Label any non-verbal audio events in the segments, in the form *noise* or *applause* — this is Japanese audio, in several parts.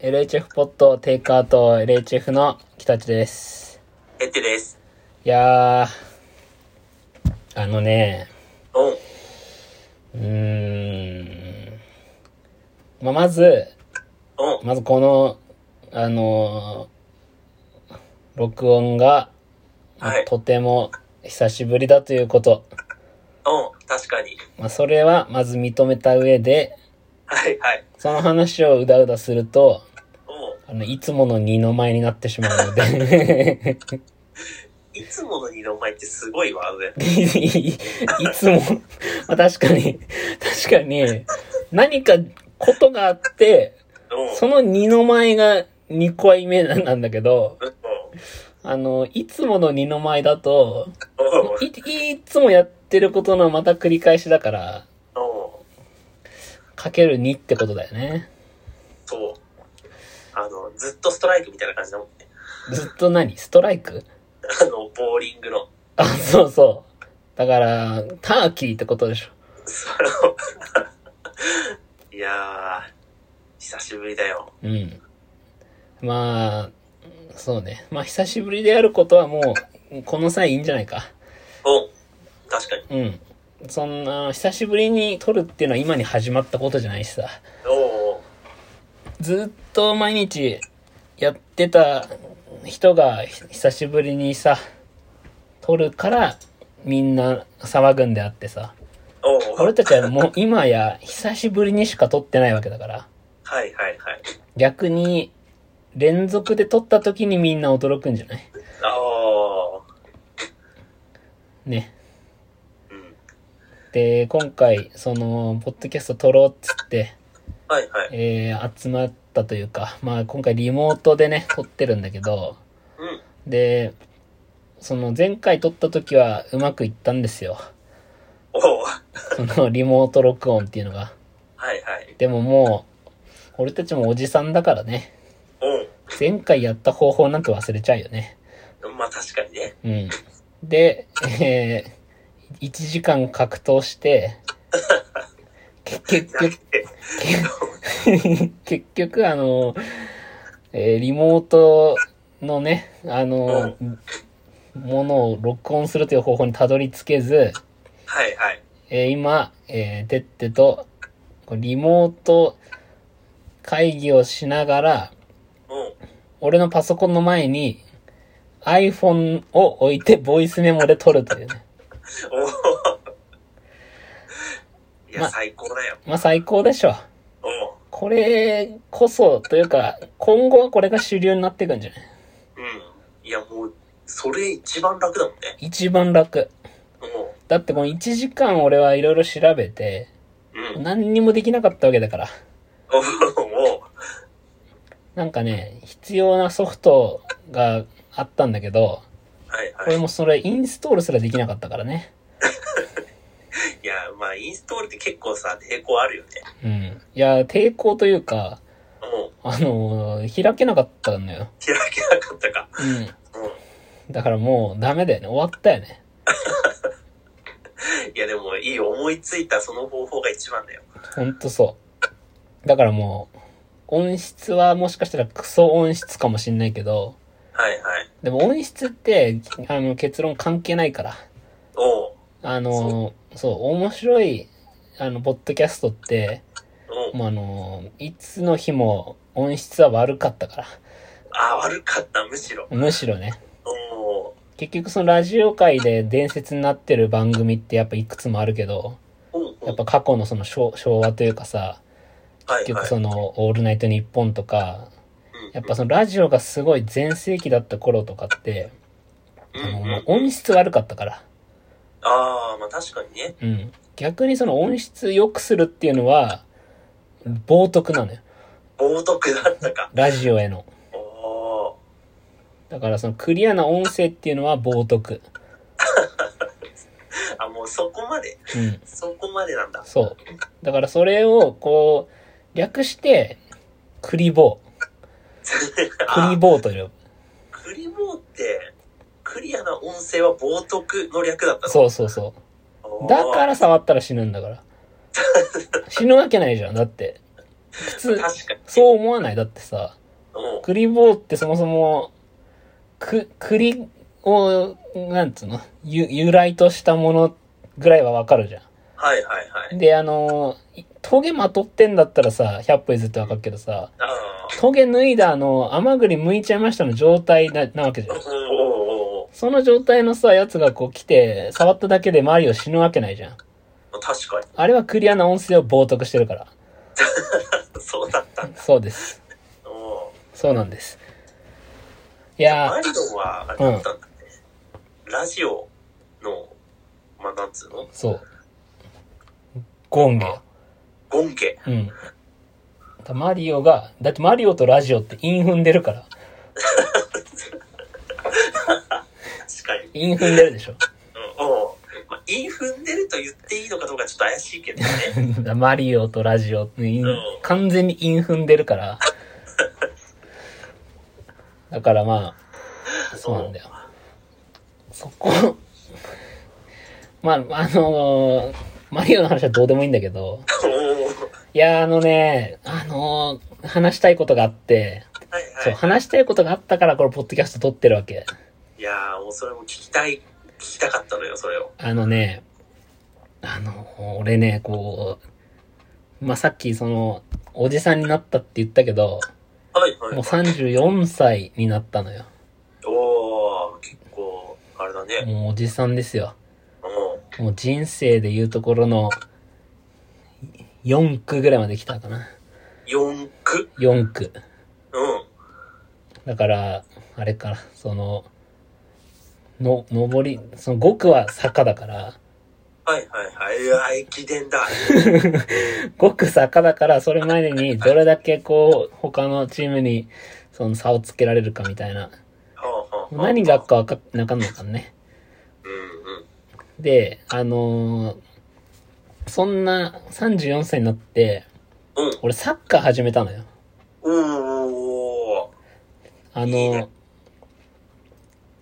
LHF ポットテイクアウト LHF の北地です。てってです。いやー、あのね、うん。うん。うーん、まあ、まず、まずこの、あのー録音が、はい。とても久しぶりだということ。うん。確かに。まあ、それはまず認めた上で、はいはい。その話をうだうだすると、うん。あの、いつもの二の舞になってしまうので、いつもの二の舞ってすごいわ、上。 *laughs* いいつも、まあ、確かに、確かに、何かことがあって、うん。その二の舞が2回目なんだけど、うん。あの、いつもの二の舞だと、うん。うん。い、いつもやってることのまた繰り返しだから、かける2ってことだよね。そう。あの、ずっとストライクみたいな感じだもんね。ずっと何ストライクあの、ボーリングの。あ、そうそう。だから、ターキーってことでしょ。そのいやー、久しぶりだよ。うん。まあ、そうね。まあ、久しぶりでやることはもう、この際いいんじゃないか。うん。確かに。うん。そんな、久しぶりに撮るっていうのは今に始まったことじゃないしさ。おー。ずっと毎日やってた人がひ久しぶりにさ、撮るからみんな騒ぐんであってさ。お俺ー。たちはもう今や久しぶりにしか撮ってないわけだから。はいはいはい。逆に、連続で撮った時にみんな驚くんじゃないおー。ね。うん。で、今回、その、ポッドキャスト撮ろうっつって、はいはい。えー、集まったというか、まあ今回リモートでね、撮ってるんだけど、うん。で、その前回撮った時はうまくいったんですよ。おー。そのリモート録音っていうのが。はいはい。でももう、俺たちもおじさんだからね、うん。前回やった方法なんて忘れちゃうよね。まあ確かにね。うん。で、えー、1時間格闘して、け結局、結局、あの、えーリモートのね、あの、ものを録音するという方法にたどり着けず、はいはい。えー今、えー、てってと、こうリモート会議をしながら、うん。俺のパソコンの前に iPhone を置いてボイスメモで撮るというね。おー *laughs* いや、ま最高だよ。まあ最高でしょ。うん。これこそ、というか、今後はこれが主流になっていくんじゃないうん。いや、もう、それ一番楽だもんね。一番楽。うだってこの1時間俺はいろいろ調べて、ん。うん。何にもできなかったわけだから。おー *laughs* もなんかね、必要なソフトがあったんだけど、う、はいこはれい。もそれインストールすらできなかったからね。いや、まあ、インストールって結構さ、抵抗あるよね。うん。いや、抵抗というか、うん。あのー開けなかったんだよ。開けなかったか。う。うんだからもうダメだよね。終わったよね。ん。いや、でも、いい思いついたその方法が一番だよ。ほんとそう。だからもう、音質はもしかしたらクソ音質かもしんないけど、はいはい。でも音質って、あの、結論関係ないから。おう。あのーそう、面白い、あの、ポッドキャストって、うん。もうあのーいつの日も音質は悪かったから。あ、悪かった、むしろ。むしろね。おう。結局そのラジオ界で伝説になってる番組ってやっぱいくつもあるけど、うん。やっぱ過去のその昭昭和というかさ、はい結は局い。その「オールナイトニッポン」とか、うんやっぱそのラジオがすごい全盛期だった頃とかって、うんあのう。もうん音質悪かったから、ああ、まあ確かにね。うん、逆にその音質良くするっていうのは冒涜なのよ冒涜だったか。ラジオへのおおだからそのクリアな音声っていうのは冒涜ー。あ、もうそこまで。うんそこまでなんだ。 *laughs* そうだからそれをこう略してクリボークリあ、ボーと呼ぶクリボーって、クリアな音声は冒涜の略だったのそうそうそうおー *laughs* だから触ったら死ぬんだから死ぬわけないじゃんだって普通、確かに。そう思わないだってさ、うん。栗棒ってそもそも、く、栗を、なんつうの、ゆ、由来としたものぐらいはわかるじゃはいはいはい。ん。で、あの、いトゲまとってんだったらさ、100歩譲ってわかるけどさ、ああ。トゲ脱いだあの、甘栗剥いちゃいましたの状態な、なわけじゃん。おおおその状態のさ、やつがこう来て、触っただけで周りを死ぬわけないじゃん。お確かあれはクリアな音声を冒涜してるから。に。そうだったんだ。そうです。おそうなんです。いやマー、リオは、あれだったんだね。ラジオの、まあ、なんつうのそう。ゴンゲよ。ゴンケ。うん。マリオが、だってマリオとラジオって韻踏んでるから。確かに。韻踏んでるでしょ。うん。おうまあ、イン踏んでると言っていいのかどうかちょっと怪しいけど *laughs* ね。マリオとラジオって韻、完全に韻踏んでるから。だからまあ、そうなんだよ。そこ、まあ、あのーマリオの話はどうでもいいんだけど、おおいや、あのね、あのー話したいことがあって、はいはそう、い。話したいことがあったからこれ、ポッドキャスト撮ってるわけ。いやー、もうそれも聞きたい、聞きたかったのよ、それを。あのね、あの、俺ね、こう、まあ、さっきその、おじさんになったって言ったけど、はいはもうい。 34歳になったのよ。おー、結構、あれだね。もうおじさんですよ。うん。もう人生で言うところの、4区ぐらいまで来たかな。四区4区。うん。だから、あれから、その、の、上り、その5区は坂だから、はいはいはい。うわ、駅伝だ。ごく坂だから、それまで *laughs* にどれだけこう、他のチームに、その差をつけられるかみたいな。はあはあはあ何があっかわか、なかんのかね。うんうん。で、あのーそんな34歳になって、うん。俺サッカー始めたのよ。おー。あのいいーね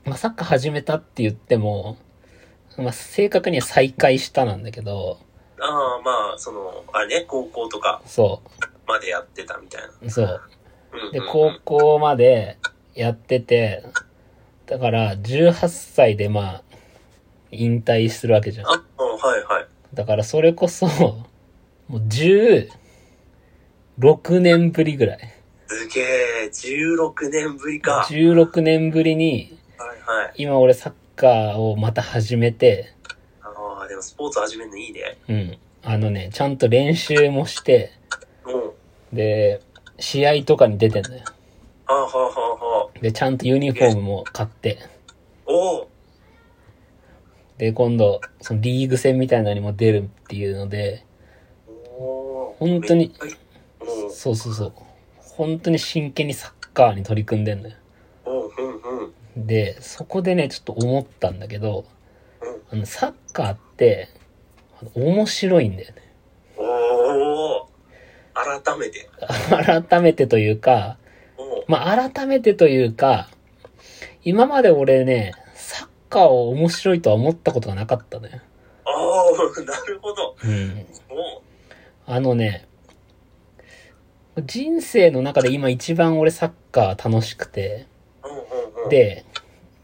まあ、サッカー始めたって言っても、まあ、正確には再開したなんだけど、ああ、まあ、その、あれね、高校とかそまでやってたみたいな。う、そう。うん、うん。で、高校までやってて、だから、18歳でまあ、引退するわけじゃん。あ、うんはいはい。だから、それこそ、もう、16年ぶりぐらい。すげえ、16年ぶりか。 16年ぶりに、はいはい。今俺サッカーをまた始めて、ああ、でもスポーツ始めるのいいね。うん。あのね、ちゃんと練習もして、うん。で、試合とかに出てんだよ。ああ、はあはあはあ。で、ちゃんとユニフォームも買って、おおで、今度、そのリーグ戦みたいなのにも出るっていうので、お本当に。めっちゃいいそうそうそう。本当に真剣にサッカーに取り組んでんのよ。うん、うん、うん、うん。で、そこでね、ちょっと思ったんだけどうん、あの、サッカーって、あの面白いんだよね。 *laughs* おお改めて。改めてというか、おうまあ、改めてというか、今まで俺ね、サッカーを面白いとは思ったことがなかったのよ。ああ、なるほど。うん。もあのね、人生の中で今一番俺サッカー楽しくて、う、うん、うん、うん。、で、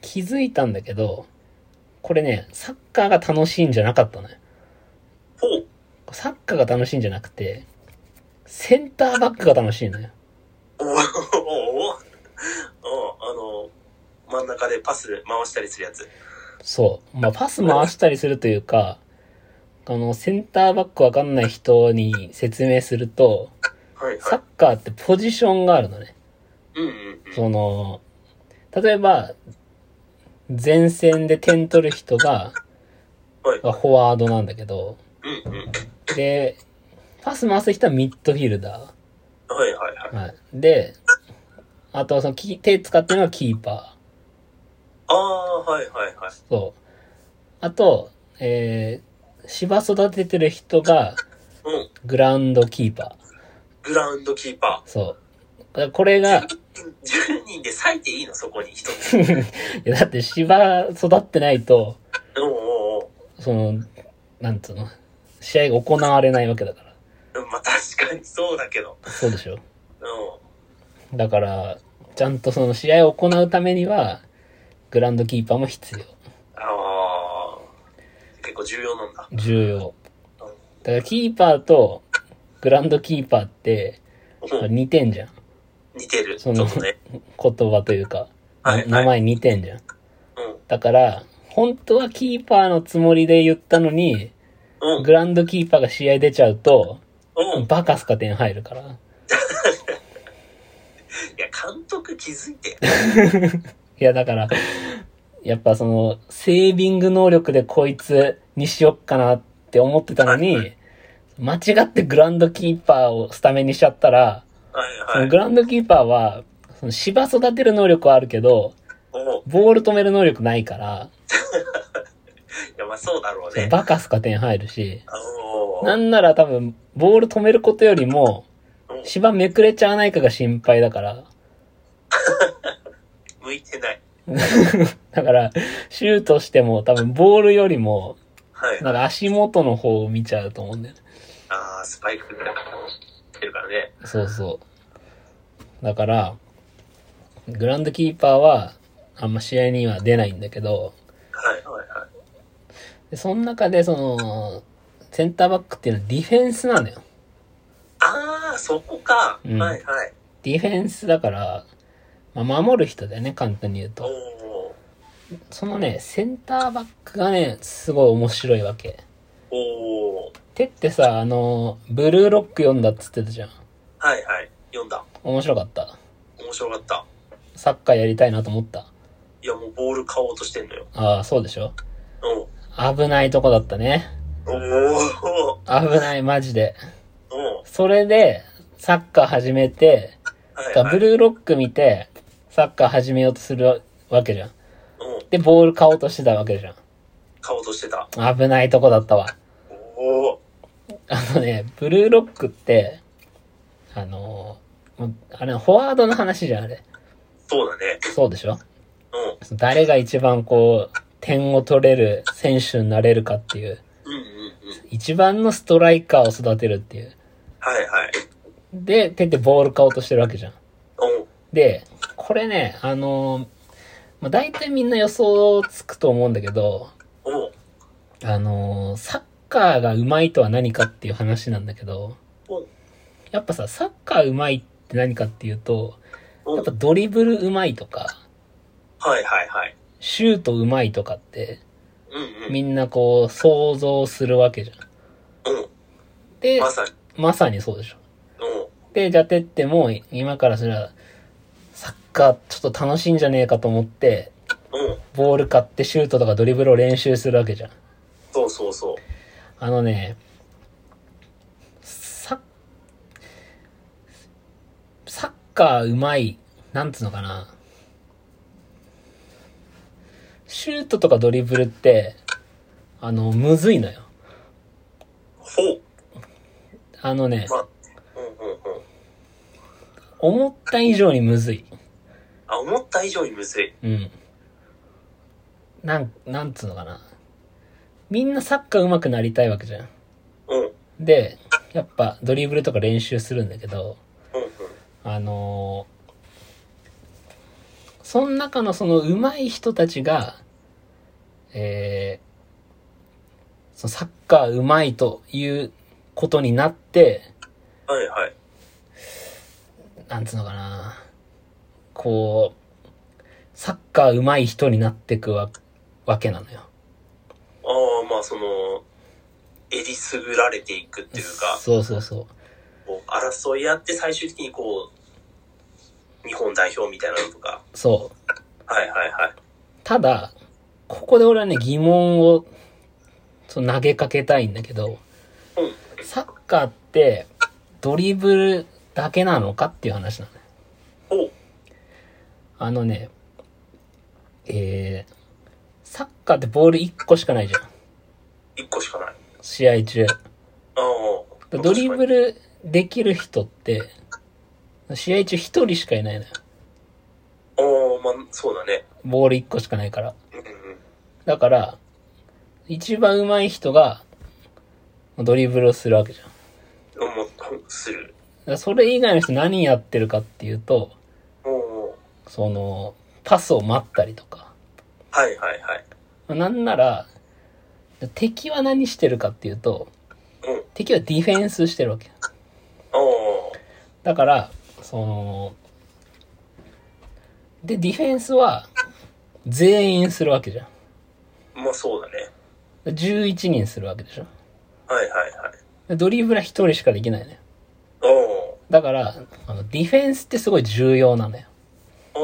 気づいたんだけど、これね、サッカーが楽しいんじゃなかったのよ。ほう。サッカーが楽しいんじゃなくて、センターバックが楽しいのよ。おおおおおあの、真ん中でパス回したりするやつ。そう。まあ、パス回したりするというか、あの、センターバックわかんない人に説明すると、はいはサいッ。カーってポジションがあるのね。うん、うん、うん。その、例えば、前線で点取る人が、はい。フォワードなんだけど、うん、うん。で、パス回す人はミッドフィルダはいはいはいー。。はい。で、あとはそのキー、手使ってるのはキーパああ、はいはいはい。ー。そう。あと、えー、芝育ててる人が、うん。グラウンドキーパー。グラウンドキーパそう。これが、ー。10人で割いていいのそこに一つ。いやだって芝育ってないと、おうおうその、なんつうの、試合が行われないわけだから。おうまあ確かかにそうだけど。そうでしょうだから、ちゃんとその試合を行うためには、グラウンドキーパーも必ん。ああ。結構重要なんだ。要。重要。だからキーパーとグラウンドキーパーってうん似てんじゃん。似てる。ちそょっのとね。言葉というか、はい名前似てんじゃん。うん。だから、本当はキーパーのつもりで言ったのに、うん。グラウンドキーパーが試合出ちゃうと、うん。バカスカ点入るから。いや、監督気づい *laughs* て。いや、だから、やっぱその、セービング能力でこいつにしよっかなって思ってたのに、間違ってグラウンドキーパーをスタメンにしちゃったら、はいそはのいグ。ラウンドキーパーは、その芝育てる能力はあるけど、おうボール止める能力ないから、いや、まあそうだろうそのね。バカスカ点入るし、あのーなんなら多分、ボール止めることよりも、うん芝めくれちゃわないかが心配だから、向いてない。だから、シュートしても多分ボールよりも、はい。なんか足元の方を見ちゃうと思うんだよね。ああ、スパイクぐらいしてるからね。そうそう。だから、グラウンドキーパーは、あんま試合には出ないんだけど、はいはいはい。でその中で、その、センターバックっていうのはディフェンスなのよ。ああ、そこか。うんはいはい。ディフェンスだから、まあ、守る人だよね、簡単に言うおと。おそのね、センターバックがね、すごい面白いわけ。おおてってさ、あの、ブルーロック読んだっつってたじゃん。はいはい。読んだ。面白かった。面白かった。サッカーやりたいなと思った。いや、もうボール買おうとしてんのよ。ああ、そうでしょうん。危ないとこだったね。おお危ない、マジで。おそれで、サッカー始めて、はいだからはブい。ルーロック見て、サッカー始めようとするわけじゃん。うん。で、ボール買おうとしてたわけじゃ買おうとしてた。ん。危ないとこだったわ。おおあのね、ブルーロックって、あのーもうあれ、フォワードの話じゃん、あれ。そうだね。そうでしょうん。誰が一番こう、点を取れる選手になれるかっていう、うんうんうん。一番のストライカーを育てるっていう。はいはい。で、手でボール買おうとしてるわけじゃん。うん。で、これね、あのーまあ、大体みんな予想つくと思うんだけど、おおあのーサッカーが上手いとは何かっていう話なんだけど、おやっぱさ、サッカー上手いって何かっていうと、おやっぱドリブル上手いとか、はいはいはい。シュート上手いとかって、うんうん。みんなこう想像するわけじゃん。うん。でま、さに。まさにそうでしょ。うん。で、じゃあてっても、今からすれば、サッカーちょっと楽しいんじゃねえかと思って、うん。ボール買ってシュートとかドリブルを練習するわけじゃん。そうそうそう。あのね、サッ、サッカーうまい、なんつうのかな。シュートとかドリブルって、あの、むずいのよ。ほう。あのね、まあ、うんうんうん。思った以上にむずい。あ、思った以上にむずい。うん。なん、なんつうのかな。みんなサッカー上手くなりたいわけじゃん。うん。うんで、やっぱドリブルとか練習するんだけど、うん。あのーその中のその上手い人たちが、えー、そのサッカー上手いということになって、はいはい。なんつうのかな、こう、サッカー上手い人になってくわわけなのよ。ああ、まあその、えりすぐられていくっていうか、そうそうそう。こう争い合って最終的にこう、日本代表みたいなのとか。そう。はいはいはい。ただ、ここで俺はね、疑問をその投げかけたいんだけど、うん。サッカーってドリブルだけなのかっていう話なのね。ほう。あのね、えー、サッカーってボール1個しかないじゃん。一個しかない。試合中。ああ。ドリブルルできる人って、試合中1人しかいないのよ。ああ、まあそうだね。ボール1個しかないから。うんうん。だから、一番上手い人がドリブルをするわけじゃん。うん、もうする。らそれ以外の人何やってるかっていうと、おうおうその、パスを待ったりとか。はいはいはい。なんなら、敵は何してるかっていうと、うん。敵はディフェンスしてるわけ。おおだから、その、で、ディフェンスは、全員するわけじゃん。うまあそうだね。 11人するわけでしょ。はいはいはい。でドリブルは1人しかできないね。おおだから、あのディフェンスってすごい重要なのよ。お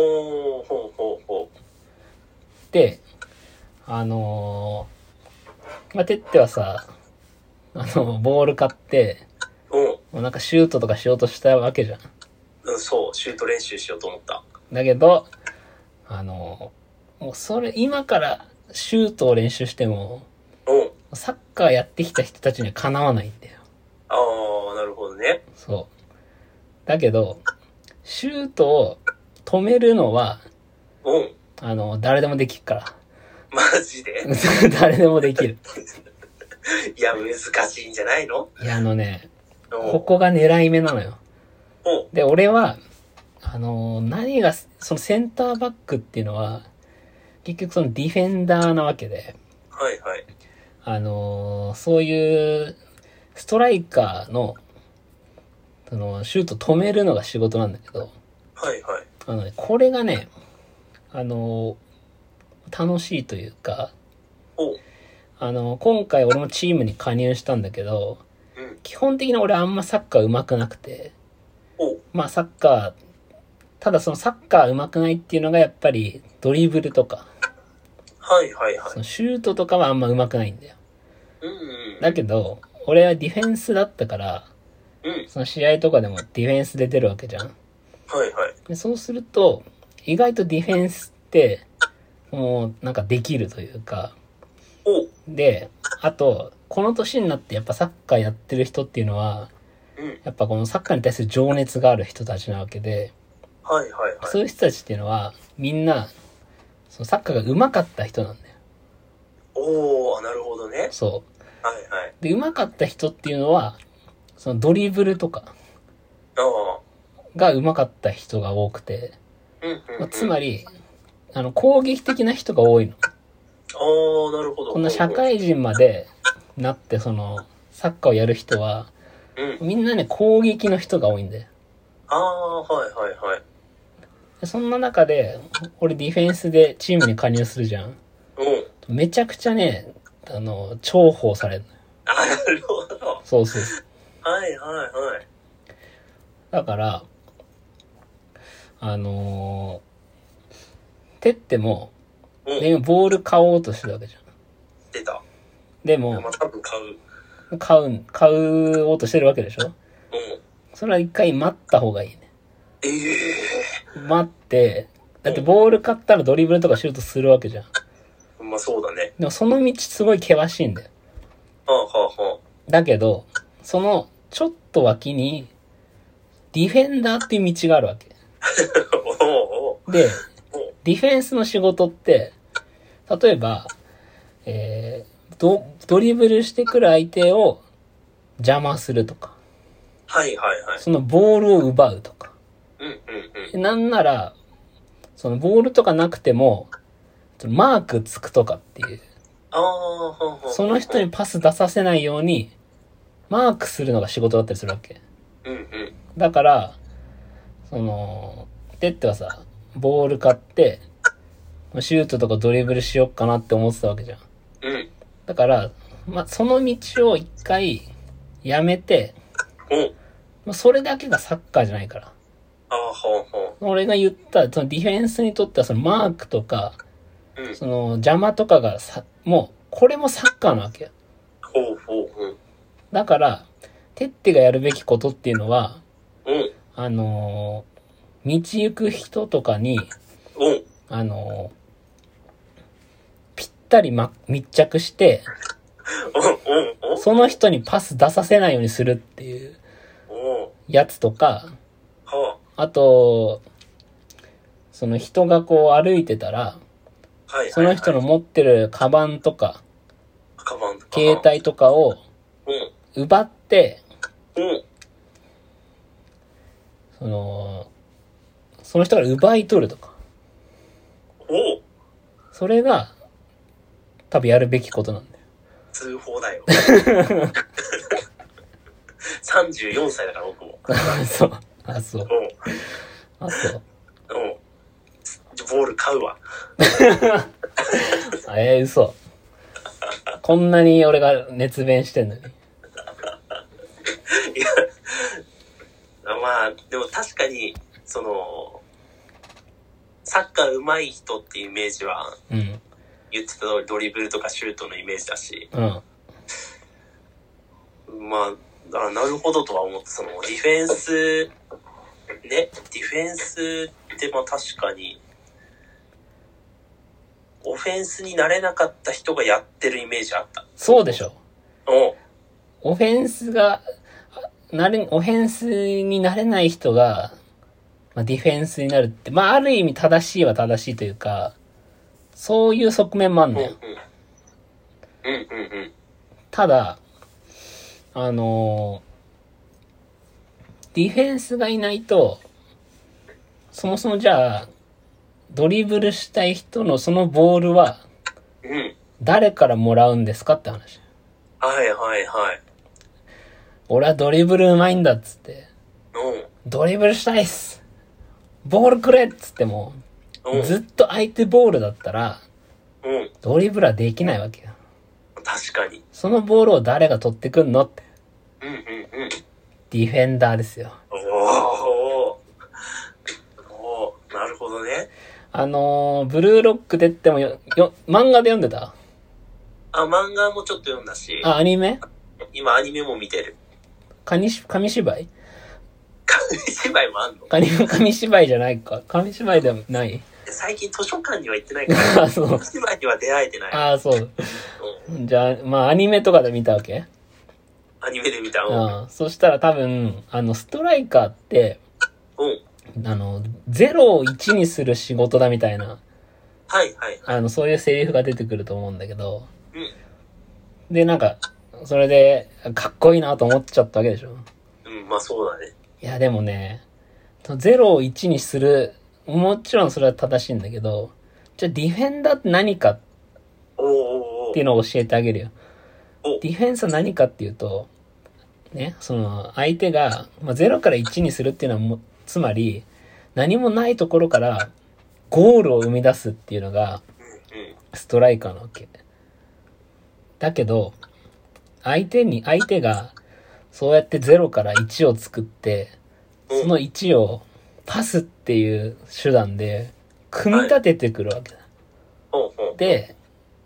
おほうほうほで、あのーまあ、てってはさ、あの、ボール買って、う。うんもうなんかシュートとかしようとしたわけじゃん。うん。そう、シュート練習しようと思った。だけど、あのーもうそれ、今からシュートを練習しても、うん。サッカーやってきた人たちにはかなわないんだよ。ああ、なるほどね。そう。だけど、シュートを止めるのは、うん。あの、誰でもできるから。 *laughs* マジで誰でもできる。いや、難しいんじゃないのいや、あのね、うんここが狙い目なのよ。うん。で、俺は、あのー何が、そのセンターバックっていうのは、結局そのディフェンダーなわけで、はいはい。あのーそういう、ストライカーの、その、シュート止めるのが仕事なんだけど、はいはい。あのね、これがね、あのー楽しいというか、おう。あのー今回俺もチームに加入したんだけど、うん。基本的に俺あんまサッカー上手くなくて、おう。まあサッカー、ただそのサッカー上手くないっていうのがやっぱりドリブルとか、はいはいはそのシュートとかはあんま上手くないんだよ。い。うんうん。だけど、俺はディフェンスだったから、うん。その試合とかでもディフェンスで出るわけじゃん。はいはい。でそうすると、意外とディフェンスって、もうなんかできるというか、おう。で、あと、この年になってやっぱサッカーやってる人っていうのは、うん。やっぱこのサッカーに対する情熱がある人たちなわけで、はいはいはい。そういう人たちっていうのは、みんな、そのサッカーが上手かった人なんだよ。おー、なるほどね。そはいはい。う。で、上手かった人っていうのは、そのドリブルとかああ。が上手かった人が多くて、うんうんうん。まあつまり、あの、攻撃的な人が多いの。ああ、なるほど。こんな社会人までなって、その、サッカーをやる人は、うん。みんなね、攻撃の人が多いんだよ。ああ、はいはいはい。でそんな中で、俺ディフェンスでチームに加入するじゃん。うん。めちゃくちゃね、あの、重宝されるのよ。あなるほど。そうそう。はいはいはい。だから、あのー、てっても、うん。でボール買おうとしてるわけじゃん。出た。でまあも、多分買う。うん。買う、買おうとしてるわけでしょそれは一回待った方がいいね。ええ待って、だってボール買ったらドリブルとかシュートするわけじゃん。まあそうだね。でもその道すごい険しいんだよ。はあはあはだけど、その、ちょっと脇に、ディフェンダーっていう道があるわけ。あ。おおで、おディフェンスの仕事って、例えば、えード、ドリブルしてくる相手を邪魔するとか、はいはいはい。そのボールを奪うとか。うんうんうん。なんなら、そのボールとかなくても、そのマークつくとかっていう、ああ、はあはあ。その人にパス出させないように、マークするのが仕事だったりするわけ。うんうん。だから、その、テッテはさ、ボール買って、シュートとかドリブルしよっかなって思ってたわけじゃん。うん。だから、まあ、その道を一回やめて、うん。まあ、それだけがサッカーじゃないから。ああ、はあは俺が言った、そのディフェンスにとってはそのマークとか、あ。うん。その邪魔とかがさ、もう、これもサッカーなわけよ。ほうほう。うん。だから、テッテがやるべきことっていうのは、うん。あのー道行く人とかに、うん。あのーぴったり、ま、密着して、うん。うん。うん。その人にパス出させないようにするっていうおやつとか、はあと、その人がこう歩いてたら、あ。はいはい、はい。その人の。持ってるカバンとか、カバンとか。携帯とかを帯。奪って、うん。うん。その、その人から奪い取るとか。おおそれが、多分やるべきことなんだよ。通報だ *laughs* よ。34歳だから僕も。 *laughs* そう。あ、そう。うん。あ、そう。うん。ボール買うわ。あえー、嘘。こんなに俺が熱弁してんのに。まあ、でも確かに、その、サッカー上手い人っていうイメージは、うん。言ってた通りドリブルとかシュートのイメージだし、うん。まあ、あなるほどとは思って、その、ディフェンス、ね、ディフェンスってまあ確かに、オフェンスになれなかった人がやってるイメージあった。そうでしょ。うん。オフェンスが、あなれ、オフェンスになれない人が、まあ、ディフェンスになるって、まあ、ある意味正しいは正しいというか、そういう側面もあんうんうだんよ。。うんうんうん。ただ、あのーディフェンスがいないと、そもそもじゃあ、ドリブルしたい人のそのボールはうん。誰からもらうんですかって話。はいはいはい。俺はドリブルうまいんだっつって、うドリブルしたいっすボールくれっつっても、ん。うん。ずっと相手ボールだったら、うん。ドリブルはできないわけよ。確かに。そのボールを誰が取ってくんのって。うんうんうん。ディフェンダーですよ。おーおーなるほどね。あのー、ブルーロックでってもよ、よ、漫画で読んでたあ、漫画もちょっと読んだし、あ、アニメ今アニメも見てる。紙し、紙芝居紙芝居もあんの紙、紙芝居じゃないか。紙芝居でもない *laughs* 最近図書館には行ってないから、あ、そう。紙芝居には出会えてない。あ、そう。うんじゃあ、まあ、アニメとかで見たわけアニメで見た。うん。うん。そしたら多分、あの、ストライカーって、うん。あの、0を1にする仕事だみたいな、はいはい。あの、そういうセリフが出てくると思うんだけど、うん。で、なんか、それで、かっこいいなと思っちゃったわけでしょ。うん、まあそうだね。いや、でもね、0を1にする、もちろんそれは正しいんだけど、じゃあディフェンダーって何かっおーおーおていうーのを教えてあげるよ。おディフェンスは何かっていうと、ね、その、相手が、まあ、0から1にするっていうのはもう、つまり、何もないところから、ゴールを生み出すっていうのが、うん。ストライカーなわけ。だけど、相手に、相手が、そうやって0から1を作って、うんその1をパスっていう手段で、組み立ててくるわけだ。ほうほう。で、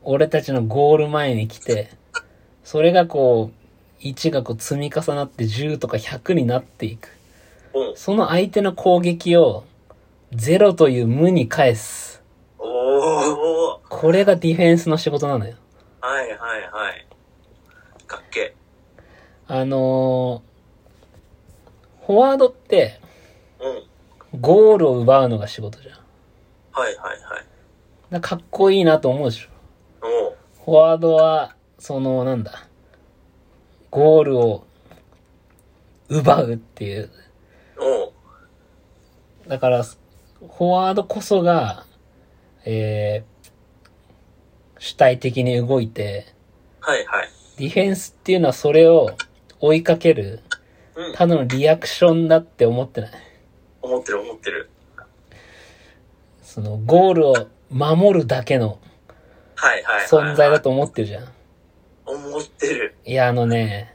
俺たちのゴール前に来て、それがこう、1がこう積み重なって10とか100になっていく。うん。その相手の攻撃を、0という無に返す。おーこれがディフェンスの仕事なのよ。はいはいはい。かっけあのー、フォワードって、え。うん。ゴールを奪うのが仕事じゃん。だかはいはいはい。らかっこいいなと思うでしょ。おーフォワードは、その、なんだ、ゴールを奪うっていう。おーだから、フォワードこそが、えー、主体的に動いて、はいはい。ディフェンスっていうのはそれを追いかける、うん。ただのリアクションだって思ってない。思ってる思ってる。その、ゴールを守るだけのはいはいはい、はい。存在だと思ってるじゃん。思ってる。いや、あのね、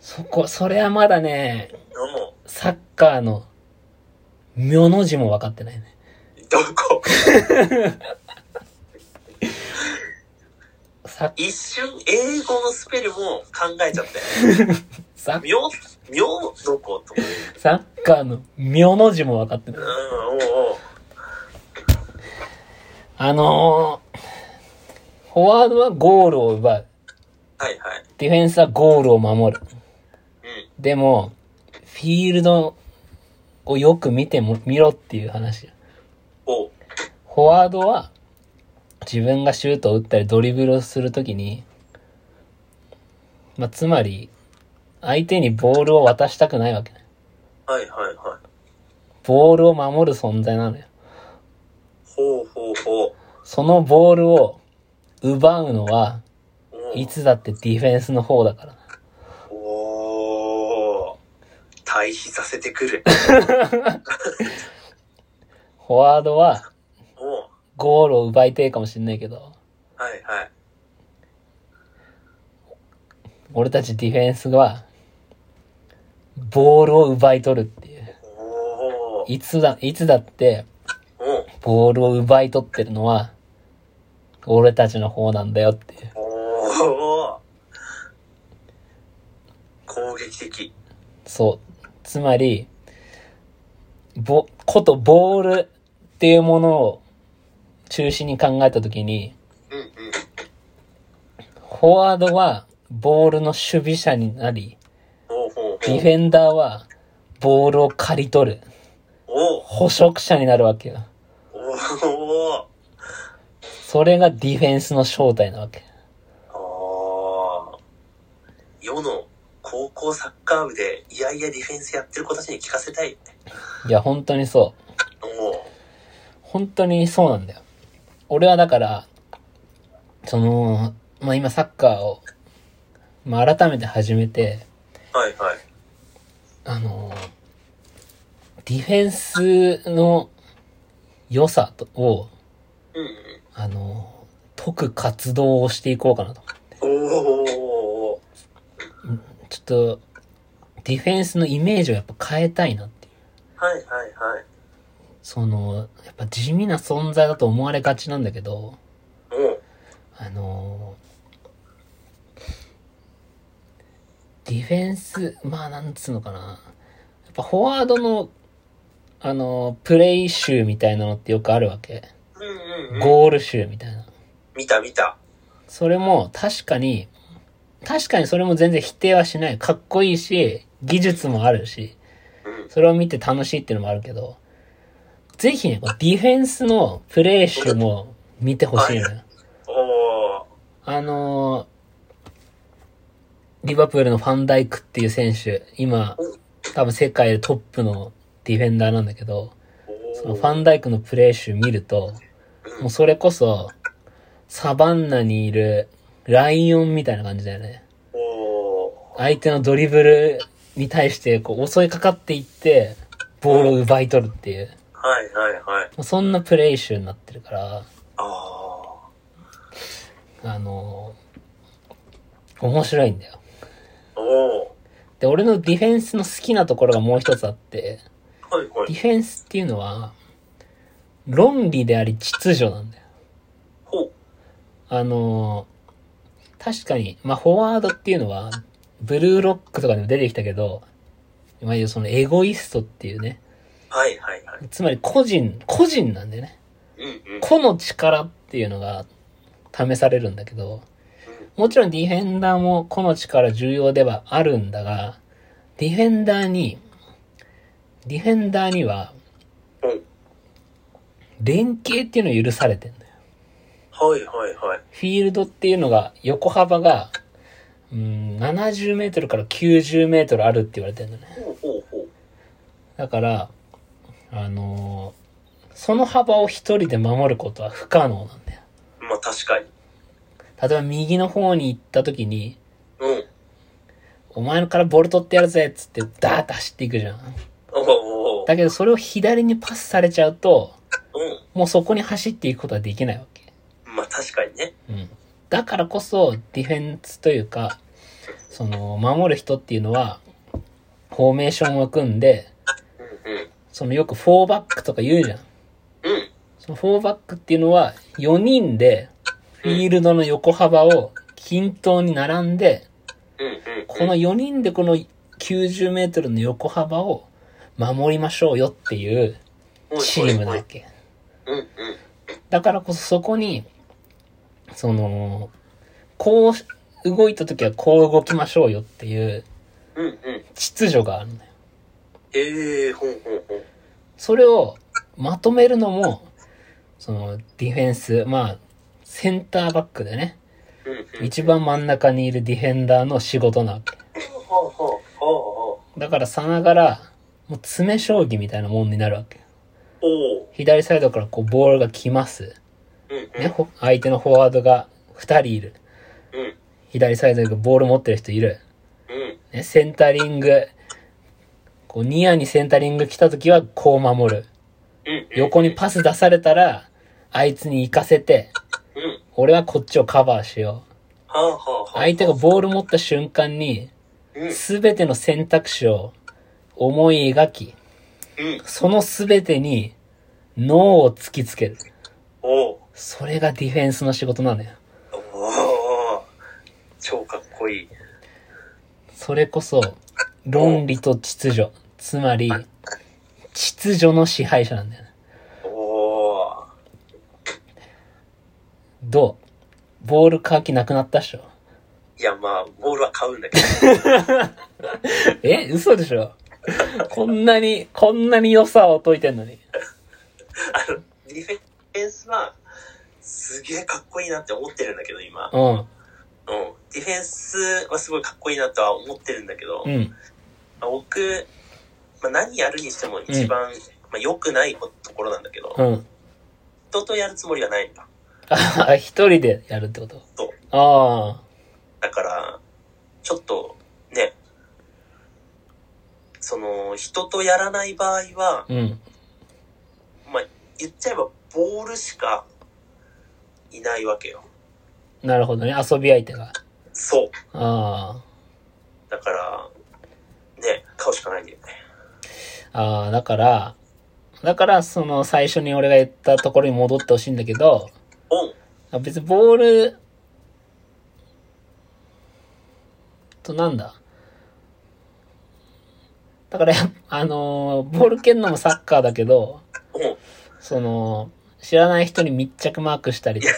そこ、それはまだね、の、サッカーの、妙の字も分かってないね。どこサッ、一瞬英語のスペルも考えちゃったよ。サッ、みょ、みょどこと。サッカーの妙の字も分かってなうい。ん、おうおう。あのー、フォワードはゴールを奪う。はいはい。ディフェンスはゴールを守る。うん。でも、フィールドをよく見ても、見ろっていう話。おう。フォワードは、自分がシュートを打ったりドリブルをするときに、まあ、つまり、相手にボールを渡したくないわけね。はいはいはい。ボールを守る存在なのよ。ほうほうほそのボールを奪うのは、う。うんいつだってディフェンスの方だから。おー。対比させてくる。フォワードはおー。ゴールを奪いてえかもしんないけど、はいはい。俺たちディフェンスは、ボールを奪い取るっていう。おー。いつだ、いつだって、おー。ボールを奪い取ってるのは、俺たちの方なんだよっていう。おー。攻撃的。そう。つまり、ぼ、ことボールっていうものを中心に考えたときに、うんうん。フォワードはボールの守備者になり、ほうほうデほィうフ。ェンダーはボールを刈り取る。おー。捕食者になるわけよ。おそれがディフェンスの正体なわけ。ー。あー。世の高校サッカー部で、いやいやディフェンスやってる子たちに聞かせたい。いや、本当にそう。おー。本当にそうなんだよ。俺はだから、その、まあ、今サッカーを、まあ、改めて始めて、はいはい。あの、ディフェンスの良さとを、うんうん。あの、解く活動をしていこうかなと。おー。ちょっと、ディフェンスのイメージをやっぱ変えたいなっていう。はいはいはい。その、やっぱ地味な存在だと思われがちなんだけど、おー。あのーディフェンス、まあなんつうのかな。やっぱフォワードの、あのープレイ集みたいなのってよくあるわけ。うんうんうん。ゴール集みたいな。見た見た。それも確かに、確かにそれも全然否定はしない。かっこいいし、技術もあるし、うん。それを見て楽しいっていうのもあるけど、ぜひね、こうディフェンスのプレイ集も見てほしいのよ。おー。あのーリバプールのファンダイクっていう選手、今、多分世界でトップのディフェンダーなんだけど、そのファンダイクのプレー集見ると、もうそれこそ、サバンナにいるライオンみたいな感じだよね。おー。相手のドリブルに対してこう襲いかかっていって、ボールを奪い取るっていう、はいはいはい。もうそんなプレー集になってるから、ああ。あのー面白いんだよ。おお。で、俺のディフェンスの好きなところがもう一つあって、はいはディい。フェンスっていうのは、論理であり秩序なんだよ。ほう。あのー確かに、まあ、フォワードっていうのは、ブルーロックとかでも出てきたけど、いわゆるそのエゴイストっていうね、はいはいはい。つまり個人、個人なんだよね。うんうん。個の力っていうのが試されるんだけど、もちろんディフェンダーも個の力重要ではあるんだが、ディフェンダーに、ディフェンダーにはうん。連携っていうのを許されてんだよ。はいはいはい。フィールドっていうのが、横幅が、うん、70メートルから90メートルあるって言われてるんだね。ほうほうほう。だから、あのーその幅を一人で守ることは不可能なんだよ。まあ確かに。例えば右の方に行った時に、うん。お前からボール取ってやるぜっつってダーッと走っていくじゃん。おお。だけどそれを左にパスされちゃうと、うもうそこに走っていくことはできないわけ。ん。まあ確かにね。うん。だからこそ、ディフェンスというか、その、守る人っていうのは、フォーメーションを組んで、うんうん。そのよく4バックとか言うじゃん。うん。その4バックっていうのは、4人で、フィールドの横幅を均等に並んで、うんうん。この4人でこの90メートルの横幅を守りましょうよっていうチームなわけ。うんうん。だからこそそこに、その、こう動いた時はこう動きましょうよっていううんうん。秩序があるのよ。ええ、ほうほうほう。それをまとめるのも、そのディフェンス、まあ、センターバックでね、うんうん。一番真ん中にいるディフェンダーの仕事なわけ。ほうほうほうほだからさながら、もう詰め将棋みたいなもんになるわけ。おお。左サイドからこうボールが来ます。うんね、ほ相手のフォワードが2人いる。うん。うん。左サイドにボール持ってる人いる。うん。ね、センタリング。こうニアにセンタリング来た時はこう守る。うん。横にパス出されたら、あいつに行かせて、うん。俺はこっちをカバーしよう。はあはあはあ。相手がボール持った瞬間に、うん。すべての選択肢を思い描き、うん。そのすべてに脳を突きつける。おお。それがディフェンスの仕事なのよ。おお。超かっこいい。それこそ、論理と秩序。つまり、秩序の支配者なんだよね。おお。どうボール乾きなくなったっしょいや、まあ、ボールは買うんだけ *laughs* ど。え嘘でしょこんなに、こんなに良さを解いてんのに。あの、ディフェンスは、すげえかっこいいなって思ってるんだけど、今。うん。うん。ディフェンスはすごいかっこいいなとは思ってるんだけど、うん。まあ僕、まあ、何やるにしても一番、まあ、良くないこところなんだけど、うん。人とやるつもりはないんだ。あ、一人でやるってことそうああ。だから、ちょっと、ね、その、人とやらない場合は、うん。まあ、言っちゃえばボールしかいないわけよ。なるほどね。遊び相手が。そう。あだから、ね、買うしかないんだよね。あ。ああ、だから、だから、その、最初に俺が言ったところに戻ってほしいんだけど、オン。あ別にボール、となんだだからやっぱ、あのーボール蹴るのもサッカーだけど、オン。その、知らない人に密着マークしたりとか。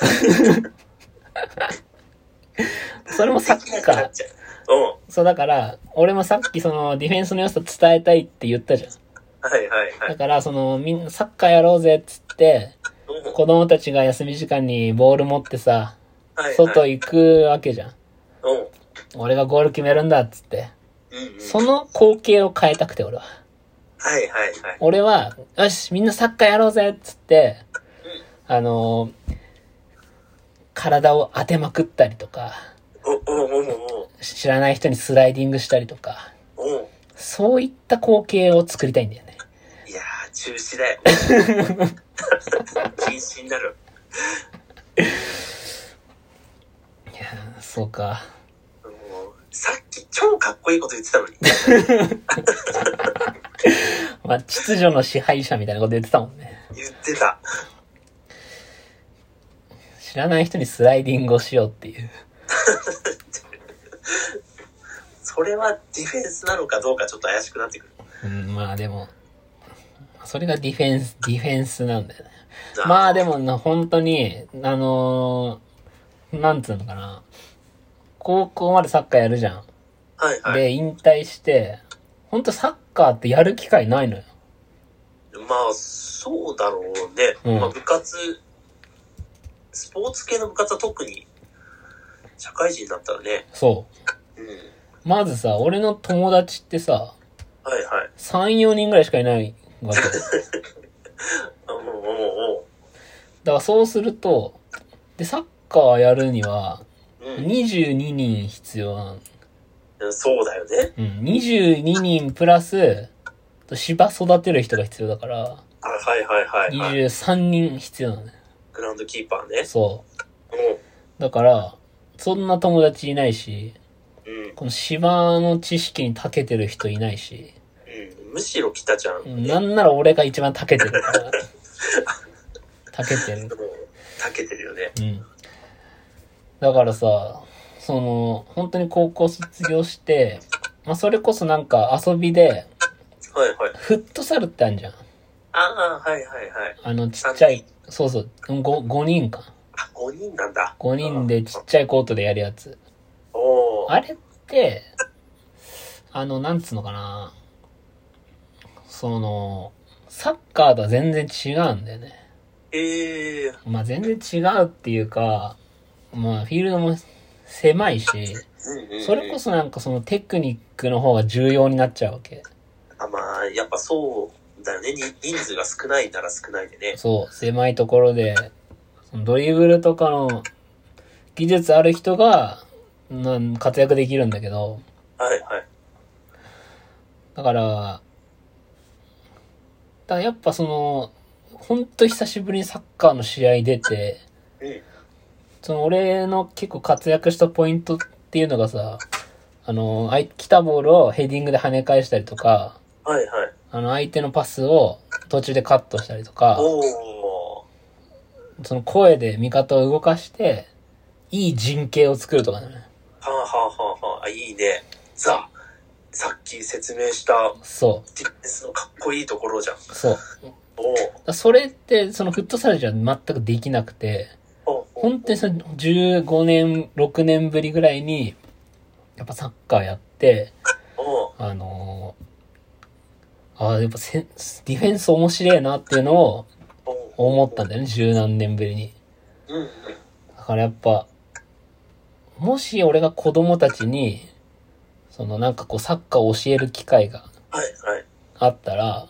*laughs* それもサッカなーっ。ちゃう。うん。そうだから、俺もさっきそのディフェンスの良さ伝えたいって言ったじゃん。はいはいはだい。からそのみんなサッカーやろうぜっつって、うん子供たちが休み時間にボール持ってさ、はいはい外行くわけじゃん。うん。俺がゴール決めるんだっつって。うんうん。その光景を変えたくて俺は。はいはいはい。俺は、よし、みんなサッカーやろうぜっつって、あのー体を当てまくったりとか、お、お、お、お、知らない人にスライディングしたりとか、お、お。そういった光景を作りたいんだよね。いやー、中 *laughs* 止だよ。禁止になる。いやーそうか。もうさっき超かっこいいこと言ってたのに。まあ、秩序の支配者みたいなこと言ってたもんね。言ってた。知らない人にスライディングをしようっていう。それはディフェンスなのかどうかちょっと怪しくなってくる。うん、まあでも、それがディフェンス、ディフェンスなんだよね。なまあでもな、本当に、あのー、なんつうのかな。高校までサッカーやるじゃん。はいはい。で、引退して、本当サッカーってやる機会ないのよ。まあ、そうだろうね。うんまあ、部活、スポーツ系の部活は特に、社会人だったらね。そうん。う。まずさ、俺の友達ってさ、はいはい。 3、4人ぐらいしかいないわけ。 *laughs* あもう、もだからそうすると、で、サッカーやるには、う、もう、 22人必要なの。うん。そうだよね。うん、22人プラス、芝育てる人が必要だから、あ、はいはいはい、はい。 23人必要なのね。グラウンドキーパーね。そうんう。だから、そんな友達いないし、。うん。この芝の知識に長けてる人いないし、うん。むしろ北ちゃん。うんなんなら俺が一番長けてるから。長けてるで。もたけてるよね。うん。だからさ、その、本当に高校卒業して、まあ、それこそなんか遊びで、はいはい。フットサルってあるじゃん。ああ、はいはいはい。あの、ちっちゃい、そうそう、5, 5人か。あ、5人なんだ。 5人でちっちゃいコートでやるやつ。おお。あれって、あの、なんつうのかな。その、サッカーとは全然違うんだよね。ええー。まあ、全然違うっていうか、まあ、フィールドも狭いし、うんうんうんそれこそなんかそのテクニックの方が重要になっちゃうわけ。ああまあ、やっぱそうだよね。に人数が少ないなら少ないでね。そう、狭いところで、そのドリブルとかの技術ある人が、なん活躍できるんだけど、はいはい。だから、だからやっぱその、ほんと久しぶりにサッカーの試合出て、うん。その俺の結構活躍したポイントっていうのがさ、あの、あい来たボールをヘディングで跳ね返したりとか、はいはい。あの、相手のパスを途中でカットしたりとか、おお。その声で味方を動かして、いい陣形を作るとかね。はあはあはあはあ。あいいね。ザさっき説明したそディフェンスのかっこいいところじゃん。う、そう。おお。だそれって、そのフットサルじゃ全くできなくて、ほ本当にその15年、6年ぶりぐらいに、やっぱサッカーやって、おうあのー、ああ、やっぱせんディフェンス面白いなっていうのをおう思ったんだよね、十何年ぶりに。うんうん。だからやっぱ、もし俺が子供たちに、そのなんかこうサッカーを教える機会がはいはい。あったら、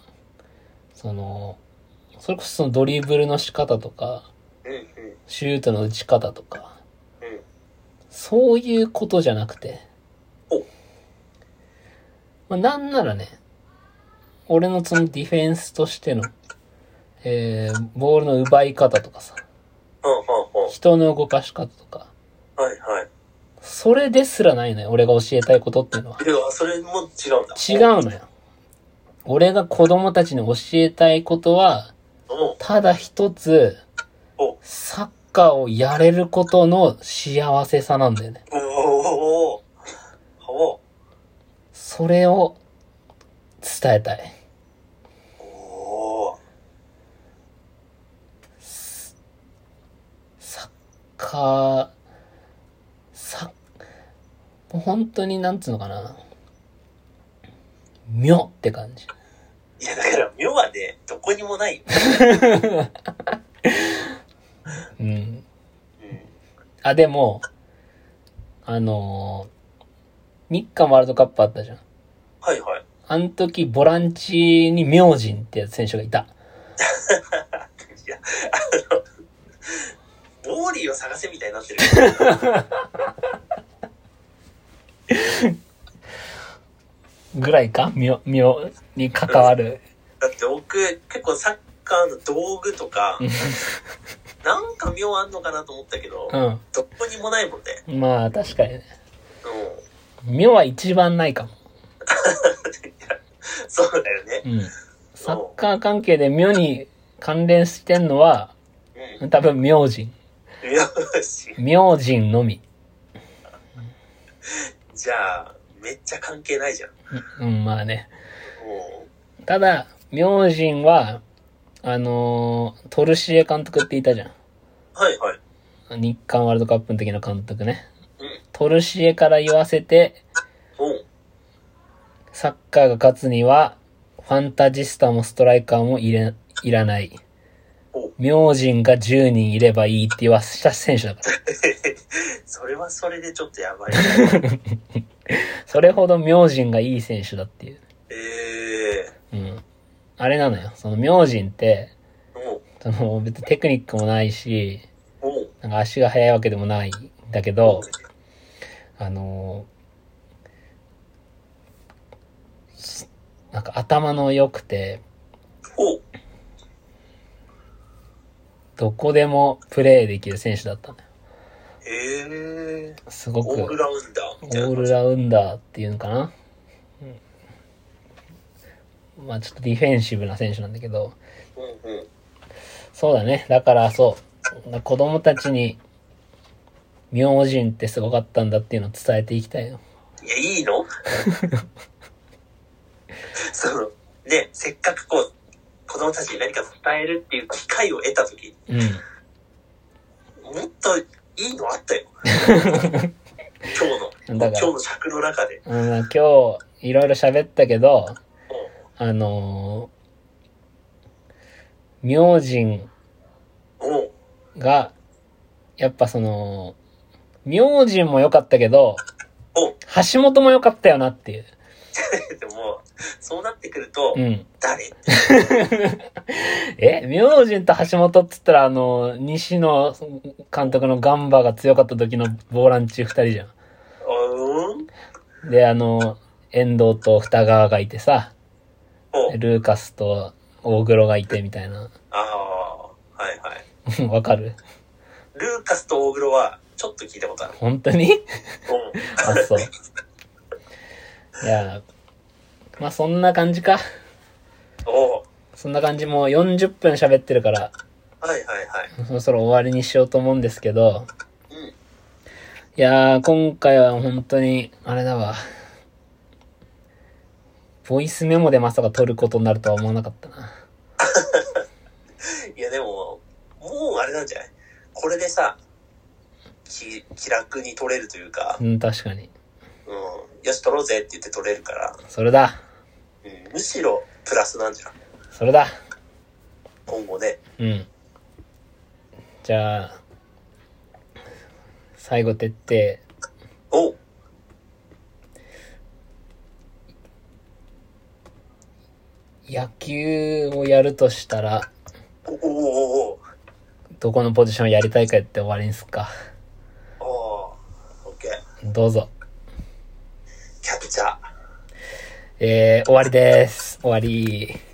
その、それこそそのドリブルの仕方とか、うんうんシュートの打ち方とか、うん。そういうことじゃなくてお。まあ、なんならね、俺のそのディフェンスとしての、えー、ボールの奪い方とかさ、はあはあは人の動かし方とか、あ。はいはい。それですらないのよ、俺が教えたいことっていうのは。では、それも違うんだ。違うのよ。俺が子供たちに教えたいことは、おうただ一つお、サッカーをやれることの幸せさなんだよね。おおおおそれを伝えたい。おおサッカー、サッ、もう本当になんつうのかな。妙って感じ。いや、だから、妙はね、どこにもない。うん。うん。あ、でも、あのー日韓ワールドカップあったじゃん。はいはい。あの時、ボランチに明神って選手がいた。いや、あの、モーリーを探せみたいにな *laughs* ってる。ぐらいか妙、妙に関わる。だって僕、結構サッカーの道具とか、なんか妙あんのかなと思ったけど、うどこにもないもんね。ん。まあ、確かにね。うん。妙は一番ないかも。そうだよね。うん。サッカー関係で妙に関連してんのは、うん。多分明神。よし。明神のみ。じゃあ、めっちゃ関係ないじゃん。うん、まあね。もただ、明神は、あのートルシエ監督っていたじゃう、はいはい。ん。日韓ワールドカップの時の監督ね。うん。トルシエから言わせて、おうサッカーが勝つには、ファンタジスタもストライカーもいれいらないお。明神が10人いればいいって言わせた選手だから。それはそれでちょっ *laughs* とやばい。それほど明神がいい選手だっていう。えうえん。あれなのよ。その明神って、ー。おうその別にテクニックもないし、おうなんか足が速いわけでもないんだけど、あのーすなんか頭の良くて、おうどこでもプレーできる選手だったのよ。ええー。すごく、オールラウンダーオみたいな。ールラウンダーっていうのかな。うん、まあちょっとディフェンシブな選手なんだけど、うんうん。そうだね。だからそう、子供たちに、明神ってすごかったんだっていうのを伝えていきたいよ。いや、い *laughs* いのその、ね、せっかくこう、子供たちに何か伝えるっていう機会を得たとき、うん。もっといいのあっ *laughs* たよ。今日の、だから今日の尺の中で。あの今日、いろいろ喋ったけど、もあのー、明神う、もう、が、やっぱその、明神も良かったけど、お橋本も良かったよなっていう。 *laughs* でも、そうなってくると、うん。誰え、明神と橋本っつったら、あの、西野監督のガンバが強かった時のボーランチ二人じゃうーんん。で、あの、遠藤と二川がいてさ、おうルーカスと大黒がいてみたいな。 *laughs* ああ、はいはい。うんわかるルーカスと大黒は、ちょっと聞いたことある。本当にうん。あ、そう。いや、まあそんな感じか。おうそんな感じ、もう40分喋ってるから、はいはいはい。そろそろ終わりにしようと思うんですけど、うん。いやー、今回は本当に、あれだわ。ボイスメモでまさか撮ることになるとは思わなかったな。いやでも、もうあれなんじゃないこれでさ、き気楽に取れるというか、うん、確かに。うん、よし取ろうぜって言って取れるから、それだ。うん、むしろプラスなんじゃん。それだ。今後ね。うん。じゃあ、最後、てって、おう野球をやるとしたら、おおおおどこのポジションやりたいかやって終わりにすっか。おおーオッケー。どうぞ。キャッチャー。えー、終わりです。終わり。